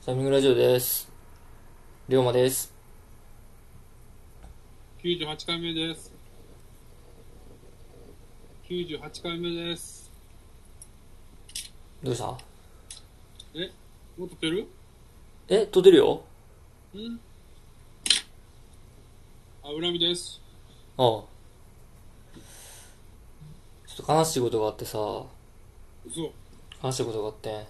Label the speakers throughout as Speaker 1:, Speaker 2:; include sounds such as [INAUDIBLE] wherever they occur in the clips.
Speaker 1: サミングラジオです。龍馬です。
Speaker 2: 98回目です。98回目です。
Speaker 1: どうした
Speaker 2: えもう撮ってる
Speaker 1: え、撮ってるよ
Speaker 2: うんあ、恨みです。
Speaker 1: ああ。ちょっと悲しいことがあってさ、
Speaker 2: 嘘。
Speaker 1: 悲しいことがあってん。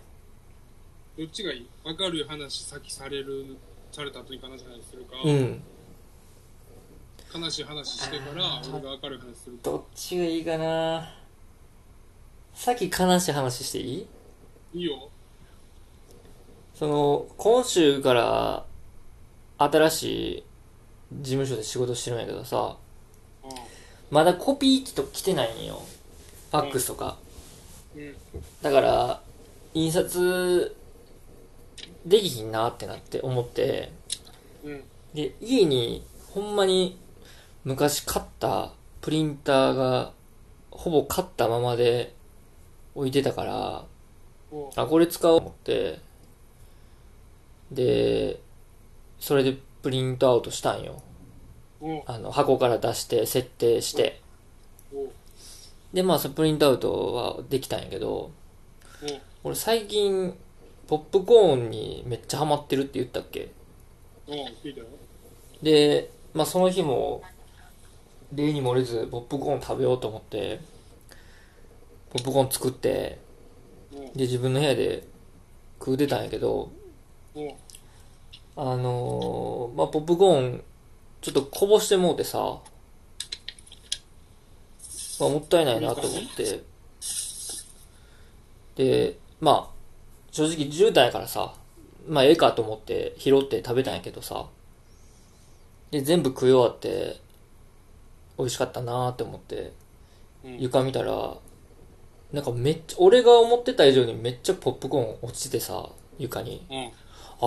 Speaker 2: どっちがいい明るい話先される、された後に悲しい話するか、
Speaker 1: うん。
Speaker 2: 悲しい話してから俺が明るい話するか。
Speaker 1: どっちがいいかなさっき悲しい話していい
Speaker 2: いいよ。
Speaker 1: その、今週から新しい事務所で仕事してるんやけどさ、
Speaker 2: ああ
Speaker 1: まだコピー機と来てないんよ。ファックスとか。
Speaker 2: うん。
Speaker 1: だから、印刷できひんなってなって思って、
Speaker 2: うん。
Speaker 1: で、家にほんまに昔買ったプリンターがほぼ買ったままで置いてたから、
Speaker 2: おう
Speaker 1: あ、これ使おうと思って、で、それでプリントアウトしたんよ。
Speaker 2: おう
Speaker 1: あの、箱から出して、設定して。
Speaker 2: おう
Speaker 1: で、まあ、そのプリントアウトはできたんやけど、
Speaker 2: おう
Speaker 1: 俺最近ポップコーンにめっちゃハマってるって言ったっけ
Speaker 2: おう聞いたよ。
Speaker 1: で、まあ、その日も例に漏れずポップコーン食べようと思ってポップコーン作って
Speaker 2: おう
Speaker 1: で自分の部屋で食うてたんやけど
Speaker 2: おう
Speaker 1: あのーまあ、ポップコーンちょっとこぼしてもうてさ、まあ、もったいないなと思ってでまあ正直10代やからさまあええかと思って拾って食べたんやけどさで全部食い終わって美味しかったなーって思って
Speaker 2: うん。
Speaker 1: 床見たらなんかめっちゃ俺が思ってた以上にめっちゃポップコーン落ちててさ床に
Speaker 2: うん。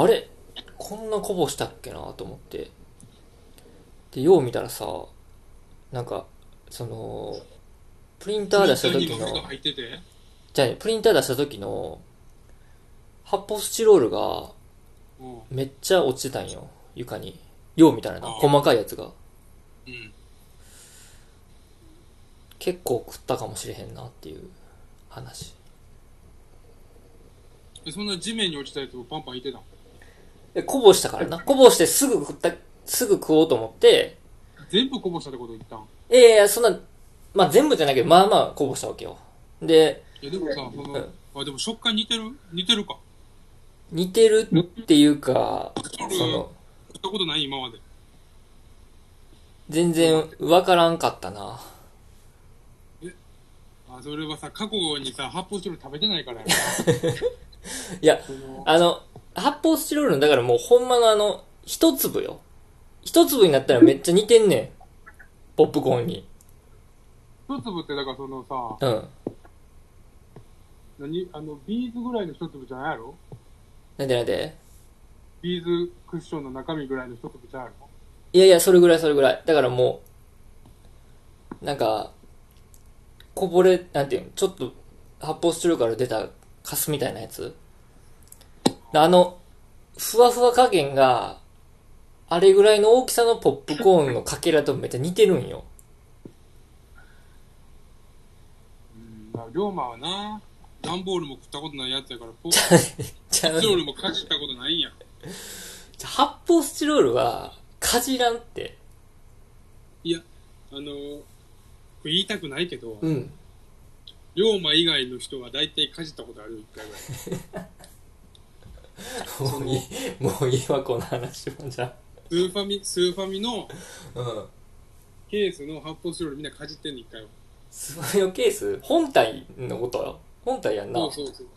Speaker 1: あれこんなこぼしたっけなと思って。で、よう見たらさ、なんか、その、プリンター出した
Speaker 2: プリン
Speaker 1: 時
Speaker 2: ターに豆が
Speaker 1: の、
Speaker 2: 入ってて。
Speaker 1: じゃあね、プリンター出した時の、発泡スチロールが
Speaker 2: うん。
Speaker 1: めっちゃ落ちてたんよ、床に。よう見たらな、
Speaker 2: あ
Speaker 1: 細かいやつが。
Speaker 2: うん。
Speaker 1: 結構食ったかもしれへんなっていう話。
Speaker 2: えそんな地面に落ちたやつをパンパンいてたの
Speaker 1: え、こぼしたからな。こぼしてすぐ食った、すぐ食おうと思って、
Speaker 2: 全部こぼしたってこと言ったん
Speaker 1: いやいや、そんな、まあ、全部じゃないけど、まあまあこぼしたわけよ。で、
Speaker 2: いやでもさ、その、あ、でも食感似てる似てるか。
Speaker 1: 似てるっていうか、その、
Speaker 2: 食ったことない今まで。
Speaker 1: 全然わからんかったな。
Speaker 2: あ、それはさ、過去にさ、発泡スチロール食べてないからや。
Speaker 1: [LAUGHS] いや、
Speaker 2: その、
Speaker 1: あの、発泡スチロールの、だからもうほんまのあの、一粒よ。一粒になったらめっちゃ似てんねん。ポップコーンに。
Speaker 2: 一粒ってだからそのさ、
Speaker 1: うん。
Speaker 2: 何あの、ビーズぐらいの一粒じゃないやろ
Speaker 1: なんでなんで
Speaker 2: ビーズクッションの中身ぐらいの一粒じゃないの
Speaker 1: いやいや、それぐらいそれぐらい。だからもう、なんか、こぼれ、なんていうの、ちょっと発泡スチロールから出たカスみたいなやつ。あの、ふわふわ加減が、あれぐらいの大きさのポップコーンのかけらとめっちゃ似てるんよ。 [LAUGHS]
Speaker 2: うん、だから龍馬はな、段ボールも食ったことないやつやから、ポス
Speaker 1: じゃあ
Speaker 2: チロールもかじったことないんや。
Speaker 1: [LAUGHS] 発泡スチロールは、かじらんって。
Speaker 2: いや、あの、これ言いたくないけど、
Speaker 1: うん。
Speaker 2: 龍馬以外の人は大体かじったことあるよ、一回ぐら
Speaker 1: も
Speaker 2: い。
Speaker 1: ういい、もういいわ、この話は、じゃ
Speaker 2: スーファミ、スーファミの
Speaker 1: あ。うん。
Speaker 2: ケースの発泡スチロールみんなかじってんねん、一回は。
Speaker 1: スマイルケース本体のことよ。本体やんな。
Speaker 2: そうそうそう。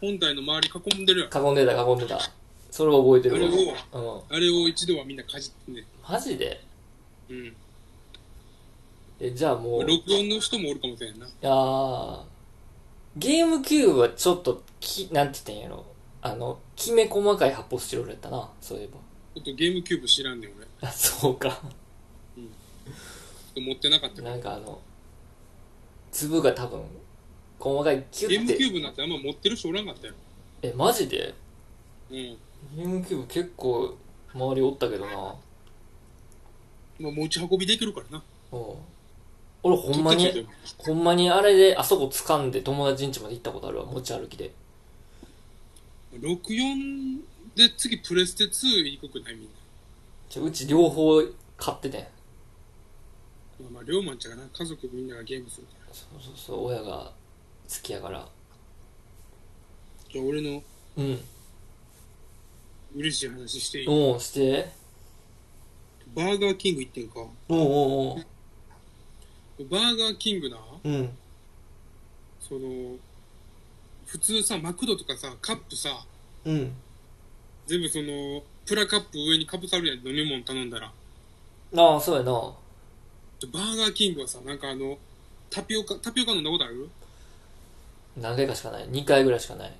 Speaker 2: 本体の周り囲んでるやん。
Speaker 1: 囲んでた囲んでたそれは覚えて
Speaker 2: あれ
Speaker 1: る
Speaker 2: を、
Speaker 1: わうん
Speaker 2: あれを一度はみんなかじってんねん。
Speaker 1: マジで
Speaker 2: うん。
Speaker 1: えじゃあもう
Speaker 2: 録音の人もおるかもしれんな。
Speaker 1: あーゲームキューブはちょっときなんて言ったんやろあのきめ細かい発泡スチロールやったなそういえ
Speaker 2: ちょっとゲームキューブ知らんねん、俺。ちょ
Speaker 1: ばあそうか
Speaker 2: っと持ってなかったから。
Speaker 1: なんかあの粒が多分細かいキュ
Speaker 2: ゲー
Speaker 1: ッ
Speaker 2: ムキュ
Speaker 1: て
Speaker 2: ーブなんてあんま持ってる人おらんかったよ。
Speaker 1: えマジで
Speaker 2: うん。
Speaker 1: ゲームキューブ結構周りおったけどな。
Speaker 2: まあ、持ち運びできるからな。
Speaker 1: うん。俺ほんま
Speaker 2: 取って
Speaker 1: に、
Speaker 2: きて
Speaker 1: ほんまにあれで、あそこ掴んで友達ん家まで行ったことあるわ、持ち歩きで。
Speaker 2: たよ64で次プレステ2行くくないみんな。
Speaker 1: ちょうち両方買っててん。
Speaker 2: まあ、まあ、龍馬んちゃがな、家族みんながゲームするから。
Speaker 1: そうそうそう、親が好きやから。
Speaker 2: じゃあ俺の
Speaker 1: うん。
Speaker 2: 嬉しい話していい
Speaker 1: おうして。
Speaker 2: バーガーキング行ってんか。
Speaker 1: おうおうおう。
Speaker 2: バーガーキングな、
Speaker 1: うん。
Speaker 2: その、普通さ、マクドとかさ、カップさ、
Speaker 1: うん。
Speaker 2: 全部その、プラカップ上にかぶさるやん、飲み物頼んだら。
Speaker 1: ああ、そうやな。
Speaker 2: バーガーキングはさ、なんかあの、タピオカ、タピオカ飲んだことある
Speaker 1: 何回かしかない。2回ぐらいしかない。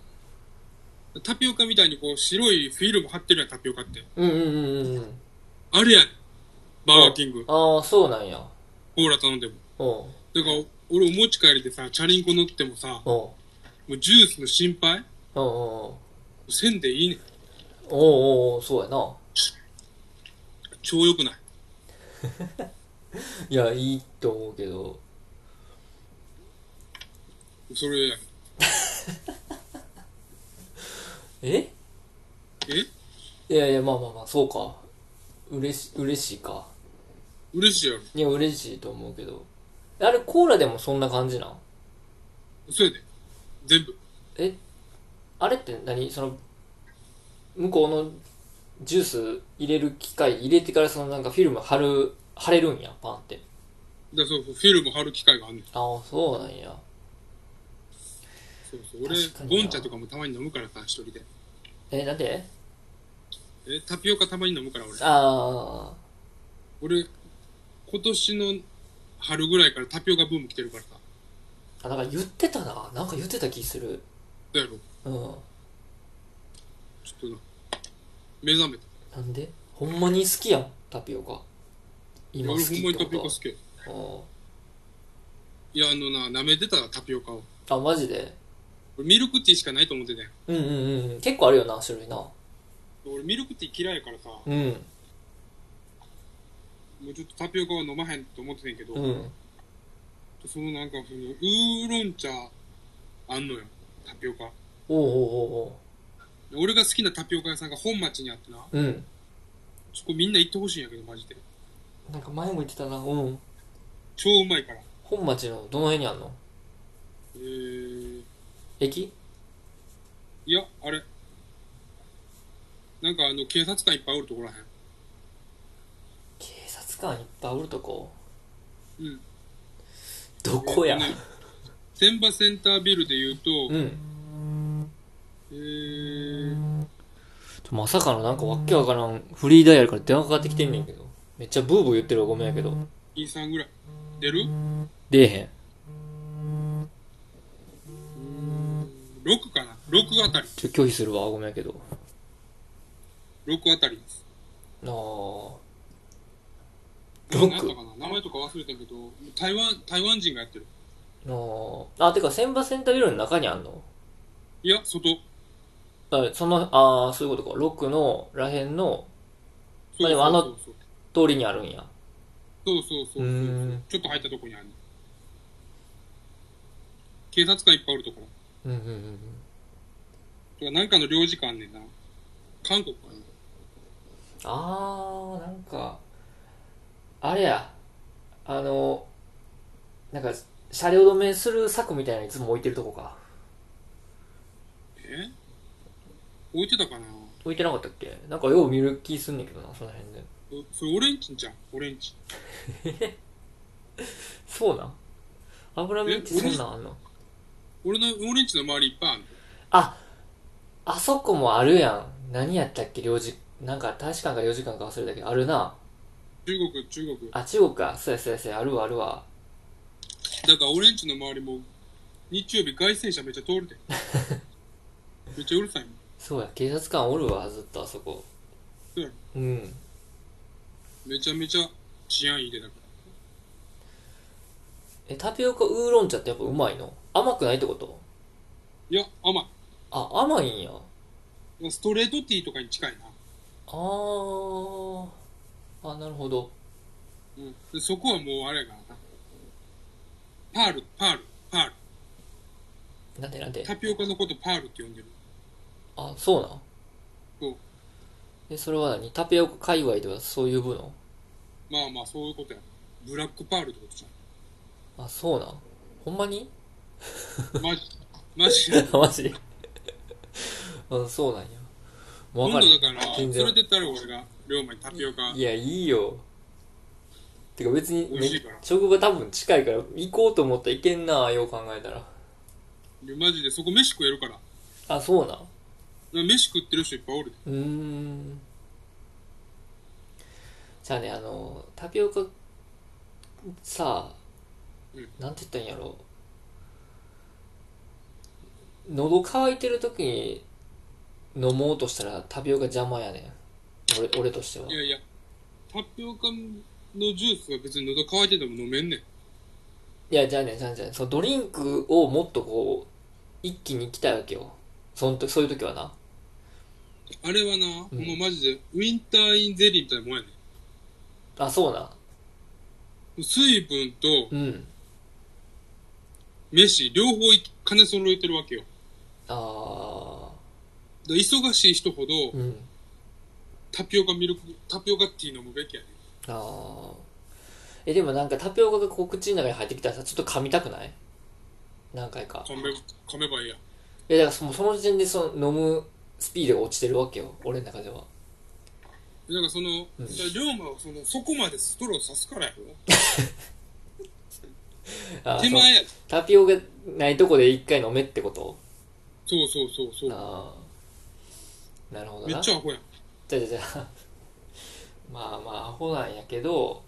Speaker 2: タピオカみたいにこう、白いフィルム貼ってるやん、タピオカって。
Speaker 1: うんうんうんうんうん。
Speaker 2: あれやん。バーガーキング。
Speaker 1: ああ、そうなんや。
Speaker 2: コーラ頼んでも。
Speaker 1: おう
Speaker 2: だから、俺お持ち帰りでさ、チャリンコ乗ってもさ、も
Speaker 1: おう
Speaker 2: うジュースの心配
Speaker 1: おうおう
Speaker 2: せんでいいねん。
Speaker 1: おうおうおうそうやな。
Speaker 2: 超良くない。
Speaker 1: いや、いいと思うけど。
Speaker 2: それやん。
Speaker 1: え
Speaker 2: え
Speaker 1: いやいや、まあまあまあ、そうか。嬉し、嬉しいか。
Speaker 2: 嬉しいやろ。
Speaker 1: いや、嬉しいと思うけど。あれ、コーラでもそんな感じなん
Speaker 2: そやで。全部。
Speaker 1: えあれって何その、向こうのジュース入れる機械入れてからそのなんかフィルム貼る、貼れるんや、パンって。
Speaker 2: だそうそう、フィルム貼る機会があんねん。
Speaker 1: ああ、そうなんや。
Speaker 2: そうそう。俺
Speaker 1: 確か、にな
Speaker 2: ゴンチャとかもたまに飲むからさ、一人で。
Speaker 1: え、なんで
Speaker 2: え、タピオカたまに飲むから俺。
Speaker 1: ああ、
Speaker 2: 俺、今年の春ぐらいからタピオカブーム来てるからさ。
Speaker 1: あ、なんか言ってたな。なんか言ってた気する。
Speaker 2: だやろ。
Speaker 1: うん。
Speaker 2: ちょっとな、目覚めた。
Speaker 1: なんでほんまに好きやん、タピオカ。今好
Speaker 2: 俺
Speaker 1: き
Speaker 2: ほん
Speaker 1: っ
Speaker 2: まに
Speaker 1: て
Speaker 2: タピオ
Speaker 1: こ
Speaker 2: カ
Speaker 1: と
Speaker 2: 好きや。
Speaker 1: は。
Speaker 2: いや、あのな、舐めてたタピオカを。
Speaker 1: うんあ、マジで
Speaker 2: 俺ミルクティーしかないと思ってたやん。
Speaker 1: うんうんうんうん。結構あるよな、種類な。
Speaker 2: 俺ミルクティー嫌いやからさ、も
Speaker 1: うん。
Speaker 2: うちょっとタピオカは飲まへんと思ってたんやけど、
Speaker 1: うん。
Speaker 2: そのなんか、その、ウーロン茶あんのよ。タピオカ。
Speaker 1: おうおうおうお
Speaker 2: 俺が好きなタピオカ屋さんが本町にあってな、
Speaker 1: う。うん。
Speaker 2: そこみんな行ってほしいんやけど、マジで。
Speaker 1: なんか前も言ってたな。うん。
Speaker 2: 超うまいから。
Speaker 1: 本町のどの辺にあんの
Speaker 2: えー、
Speaker 1: 駅
Speaker 2: いや、あれ。なんかあの、警察官いっぱいおるとこらへん。
Speaker 1: 警察官いっぱいおるとこ
Speaker 2: うん。
Speaker 1: どこや
Speaker 2: えっとね千葉センタービルで言うと、
Speaker 1: うん。
Speaker 2: えー、
Speaker 1: ちょまさかのなんかわっけわからんフリーダイヤルから電話かかってきてんねんけど。めっちゃブーブー言ってるわ、ごめんやけど。
Speaker 2: インさんぐらい。出る
Speaker 1: 出えへん。
Speaker 2: ?6 かな ?6 あたり。
Speaker 1: ちょ、拒否するわ、ごめんやけど。
Speaker 2: 6あたりです。
Speaker 1: なあ。
Speaker 2: 何やった
Speaker 1: 6?
Speaker 2: かな名前とか忘れたけど、台湾、台湾人がやってる。
Speaker 1: なあ。あ、てか、千葉センタービルの中にあんの
Speaker 2: いや、外。
Speaker 1: あその、ああ、そういうことか。6の、らへんのま
Speaker 2: そうそうそうそう
Speaker 1: あでもあの通りにあるんや。
Speaker 2: そうそうそうそう
Speaker 1: うーん
Speaker 2: ちょっと入ったとこにあるの警察官いっぱいおるところ
Speaker 1: うんうんうんうん。
Speaker 2: てかなんかの領事館あんねんな韓国かな
Speaker 1: あー、なんか、あれや。あの、なんか、車両止めする柵みたいなのいつも置いてるとこか。
Speaker 2: え置いてたかな
Speaker 1: 置いてなかったっけなんかよう見る気すんねんけどな、その辺で。
Speaker 2: おそれオレンジんじゃんオレンジ
Speaker 1: そうなん油道
Speaker 2: え
Speaker 1: そんなんあんの
Speaker 2: 俺のオレンジの周りいっぱいある
Speaker 1: あ、あそこもあるやん。何やったっけ領事、なんか大使館か領事館か忘れたけど、あるな。
Speaker 2: 中国中国
Speaker 1: あ、中国か。そうやそうやそうや、あるわあるわ。
Speaker 2: だからオレンジの周りも日曜日外線車めっちゃ通るでめっちゃうるさいもん
Speaker 1: そうや、警察官おるわ、ずっとあそこ。
Speaker 2: そうや
Speaker 1: うん。
Speaker 2: めちゃめちゃ治安いいでだか
Speaker 1: え、タピオカウーロン茶ってやっぱうまいの甘くないってこと
Speaker 2: らいや甘い
Speaker 1: あ、甘いんや。
Speaker 2: ストレートティーとかに近いな。
Speaker 1: あー。あ、なるほど。
Speaker 2: うんで。そこはもうあれやからな。パール、パール、パール。
Speaker 1: なんでなんで
Speaker 2: タピオカのことパールって呼んでる。
Speaker 1: あ、そうなん
Speaker 2: そう。
Speaker 1: え、それは何タピオカ界隈ではそう呼ぶの
Speaker 2: まあまあ、そういうことや。ブラックパールってことじゃ
Speaker 1: あ、そうなんほんまに [LAUGHS]
Speaker 2: ん。マジ、マジ。
Speaker 1: マジであ、そうなんや。もう
Speaker 2: 今
Speaker 1: わか
Speaker 2: 度
Speaker 1: る。
Speaker 2: だから、
Speaker 1: 全
Speaker 2: 連
Speaker 1: 然
Speaker 2: れてったら俺が、龍馬にタピオカ
Speaker 1: い。や、いいよ。てか別に、
Speaker 2: 美味しいから
Speaker 1: 食が多分近いから、行こうと思ったらいけんな、よう考えたら。
Speaker 2: でマジでそこ飯食えるから。だか
Speaker 1: あ、そうなん
Speaker 2: ら飯食ってる人いっぱいおるで。
Speaker 1: うーんじゃあねあのタピオカさあ、
Speaker 2: うん
Speaker 1: なんて言ったらいいんやろ喉乾いてる時に飲もうとしたらタピオカ邪魔やねん俺俺としてはい
Speaker 2: やいや、タピオカのジュースは別に喉乾いてても飲めんねん。
Speaker 1: いやじゃあねじゃあねじゃあねそのドリンクをもっとこう一気に行きたいわけよそんとそういう時はな
Speaker 2: あれはな、ほ
Speaker 1: うん
Speaker 2: んまマジで、ウィンターインゼリーみたいなもんやね。
Speaker 1: あそうなん
Speaker 2: 水分と
Speaker 1: うん
Speaker 2: 飯、両方い兼ね揃えてるわけよ。
Speaker 1: あ
Speaker 2: だから忙しい人ほど、
Speaker 1: ーうん
Speaker 2: タピオカミルク、タピオカティー飲むべきやね。
Speaker 1: ああえでもなんかタピオカがこう口の中に入ってきたらさちょっと噛みたくない何回か
Speaker 2: 噛め、噛めばいいや。
Speaker 1: いやだからそのその時点でその飲むスピードが落ちてるわけよ俺の中では
Speaker 2: だからその、
Speaker 1: うん
Speaker 2: じゃあ龍馬はその、そこまでストロー刺すからやろ。
Speaker 1: あー
Speaker 2: 手
Speaker 1: そう
Speaker 2: 前や。
Speaker 1: タピオカないとこで一回飲めってこと
Speaker 2: そうそうそうそう。
Speaker 1: ああなるほど
Speaker 2: め
Speaker 1: な
Speaker 2: っちゃアホやん。
Speaker 1: じゃあじゃあ [LAUGHS] じゃあまあまあアホなんやけど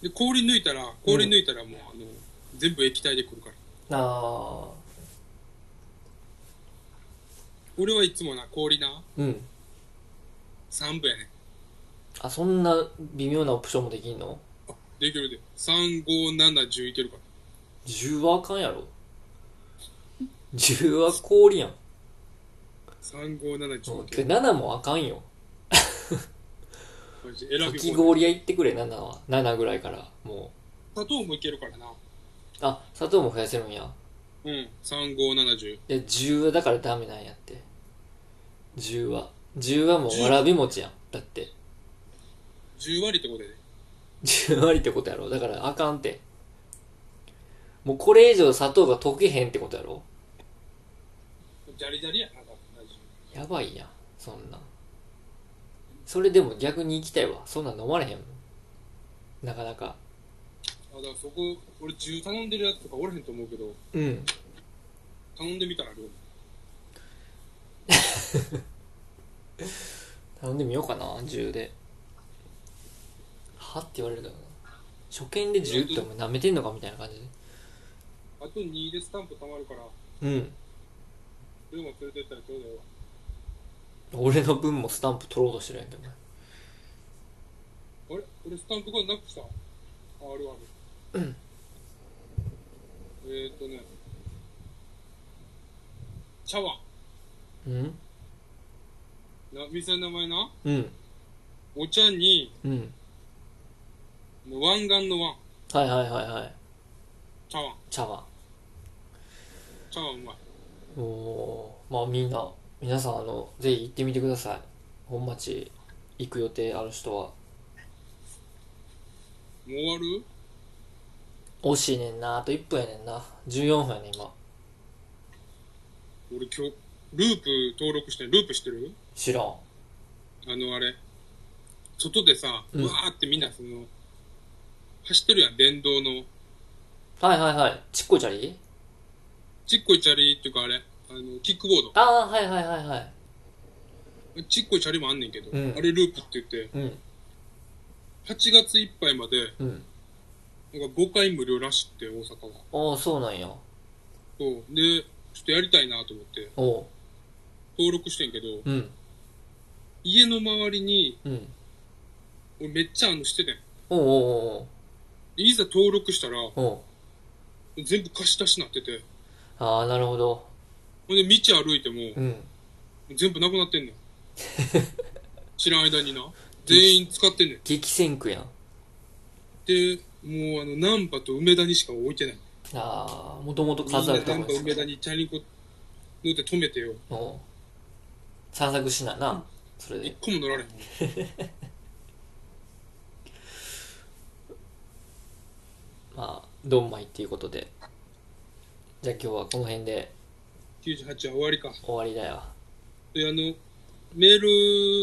Speaker 2: で、氷抜いたら、氷抜いたらもう、あの、全部液体で来るから。
Speaker 1: ああ
Speaker 2: 俺はいつもな、氷な、
Speaker 1: うん
Speaker 2: 3部やね。
Speaker 1: あそんな微妙なオプションもできんの
Speaker 2: できるで。3、5、7、10いけるから。
Speaker 1: 10はあかんやろ10は氷やん
Speaker 2: 3、5、7、10いけ
Speaker 1: で
Speaker 2: る。
Speaker 1: 7もあかんよ
Speaker 2: マジで選
Speaker 1: か
Speaker 2: び
Speaker 1: き
Speaker 2: 放題
Speaker 1: 氷屋行ってくれ7は7ぐらいからも
Speaker 2: 砂糖もいけるからな。
Speaker 1: うあ砂糖も増やせるんや
Speaker 2: うん。3、5、7、10。
Speaker 1: で10はだからダメなんやって10は10はもうわらび餅やんだって
Speaker 2: 10割ってことやで。
Speaker 1: 10割ってことやろだからあかんってもうこれ以上砂糖が溶けへんってことやろ
Speaker 2: ジャリジャリやな、多分マジで
Speaker 1: やばいやんそんなんそれでも逆に行きたいわそんなん飲まれへんもんなかなか
Speaker 2: あだからそこ俺10頼んでるやつとかおらへんと思うけど
Speaker 1: うん
Speaker 2: 頼んでみたらどう
Speaker 1: 頼んでみようかな10ではって言われるだろうな初見で10ってお前舐めてんのかみたいな感じで
Speaker 2: あと2でスタンプ貯まるから
Speaker 1: うん
Speaker 2: 龍馬連れてったらちょうだいわ
Speaker 1: 俺の分もスタンプ取ろうとしてるやんけお前
Speaker 2: あれ俺スタンプがなくしたああるあるうんえー、っとね茶碗
Speaker 1: うん
Speaker 2: な店の名前な
Speaker 1: うん
Speaker 2: お茶に
Speaker 1: うん
Speaker 2: 湾岸の湾
Speaker 1: はいはいはいはい
Speaker 2: 茶碗
Speaker 1: 茶碗
Speaker 2: 茶碗うまい
Speaker 1: おおーまあみんな皆さんあのぜひ行ってみてください本町行く予定ある人は
Speaker 2: もう終わる
Speaker 1: 惜しいねんなあと1分やねんな14分やねん今
Speaker 2: 俺今日ループ登録してるループしてる
Speaker 1: 知らん
Speaker 2: あのあれ、外でさ、
Speaker 1: うん
Speaker 2: うわーってみんなその、走ってるやん、電動の。
Speaker 1: はいはいはいちっこいチャリ
Speaker 2: ちっこいチャリっていうかあれ、あの、キックボー
Speaker 1: ああはいはいはいはい
Speaker 2: ド。ちっこいチャリもあんねんけど、
Speaker 1: うん
Speaker 2: あれループって言って、
Speaker 1: うん
Speaker 2: 8月いっぱいまで、
Speaker 1: うん
Speaker 2: なんか5回無料らしくて、大阪は。
Speaker 1: ああそうなんや
Speaker 2: そう。で、ちょっとやりたいなと思って、
Speaker 1: おお
Speaker 2: 登録してんけど、
Speaker 1: ううん
Speaker 2: 家の周りに、
Speaker 1: うん
Speaker 2: 俺めっちゃあのしててん。
Speaker 1: おうおうおう
Speaker 2: いざ登録したら、
Speaker 1: おうおう
Speaker 2: 全部貸し出しになってて、
Speaker 1: ああなるほど
Speaker 2: ほんで道歩いても、
Speaker 1: うん
Speaker 2: 全部なくなってん
Speaker 1: [LAUGHS]
Speaker 2: ねん。知らん間にな。全員使ってんねん。
Speaker 1: 激戦区やん。
Speaker 2: で、もうあの、ナンパと梅田にしか置いてない。
Speaker 1: ああ、もともと
Speaker 2: みんな
Speaker 1: 数あ
Speaker 2: ナ
Speaker 1: るとこ
Speaker 2: ン
Speaker 1: ろ
Speaker 2: パ
Speaker 1: です
Speaker 2: 梅
Speaker 1: か
Speaker 2: 田にチャリンコ乗って止めてよ。
Speaker 1: ら。うん散策しなな、それ
Speaker 2: 一
Speaker 1: で。
Speaker 2: 個も乗られへん。
Speaker 1: まあ、ドンマイっていうことで。じゃあ今日はこの辺で
Speaker 2: 98は終わりか。
Speaker 1: 終わりだよ。
Speaker 2: で、あの、メー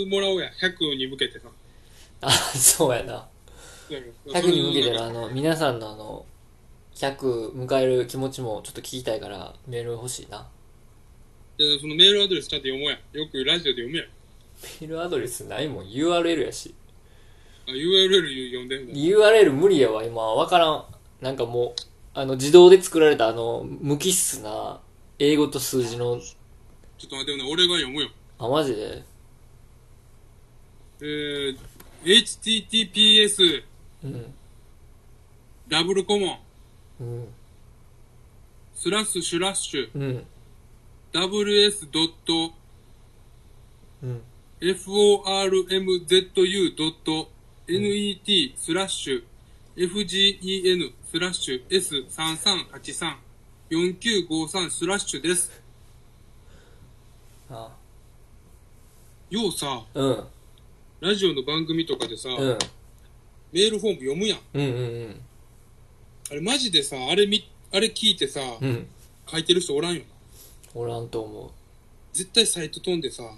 Speaker 2: ルもらおうや。100に向けてさ。
Speaker 1: あ、そうやな。100に [LAUGHS] 向けてのあの、皆さんのあの、100迎える気持ちもちょっと聞きたいから、メール欲しいな。
Speaker 2: でそのメールアドレスちゃんと読もうや。よくラジオで読むやん。
Speaker 1: メールアドレスないもん、URL やし。
Speaker 2: あ、URL 読んでんだ。
Speaker 1: URL 無理やわ、今。わからん。なんかもう、あの、自動で作られたあの、無機質な、英語と数字の、
Speaker 2: ちょっと待ってよな。俺が読むよ。
Speaker 1: あ、マジで。
Speaker 2: えー、https
Speaker 1: うん。
Speaker 2: ダブルコモン
Speaker 1: うん。
Speaker 2: スラッシュシュラッシュ
Speaker 1: うん。
Speaker 2: ws.formu.net
Speaker 1: うん。
Speaker 2: スラッシュ fgen スラッシュ s33834953 スラッシュです。
Speaker 1: あ
Speaker 2: ようさ、
Speaker 1: うん。
Speaker 2: ラジオの番組とかでさ、
Speaker 1: うん。
Speaker 2: メールフォーム読むやん。
Speaker 1: うんうん
Speaker 2: あれマジでさ、あれみ、あれ聞いてさ、
Speaker 1: うん。うん。
Speaker 2: 書いてる人おらんよな。
Speaker 1: おらんと思う。
Speaker 2: 絶対サイト飛んでさ、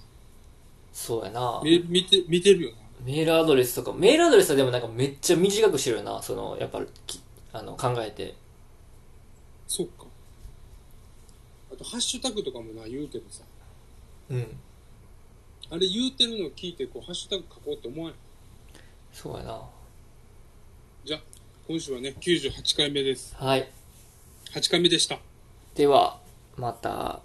Speaker 1: そうやな。
Speaker 2: メール見て、見てるよな。
Speaker 1: メールアドレスとか、メールアドレスはでもなんかめっちゃ短くしてるよな。その、やっぱ、きあの、考えて。
Speaker 2: そうか。あと、ハッシュタグとかもな、言うけどさ。
Speaker 1: うん。
Speaker 2: あれ言うてるのを聞いて、こう、ハッシュタグ書こうって思わん。
Speaker 1: そうやな。
Speaker 2: じゃあ、今週はね、98回目です。
Speaker 1: はい。
Speaker 2: 8回目でした。
Speaker 1: では、また。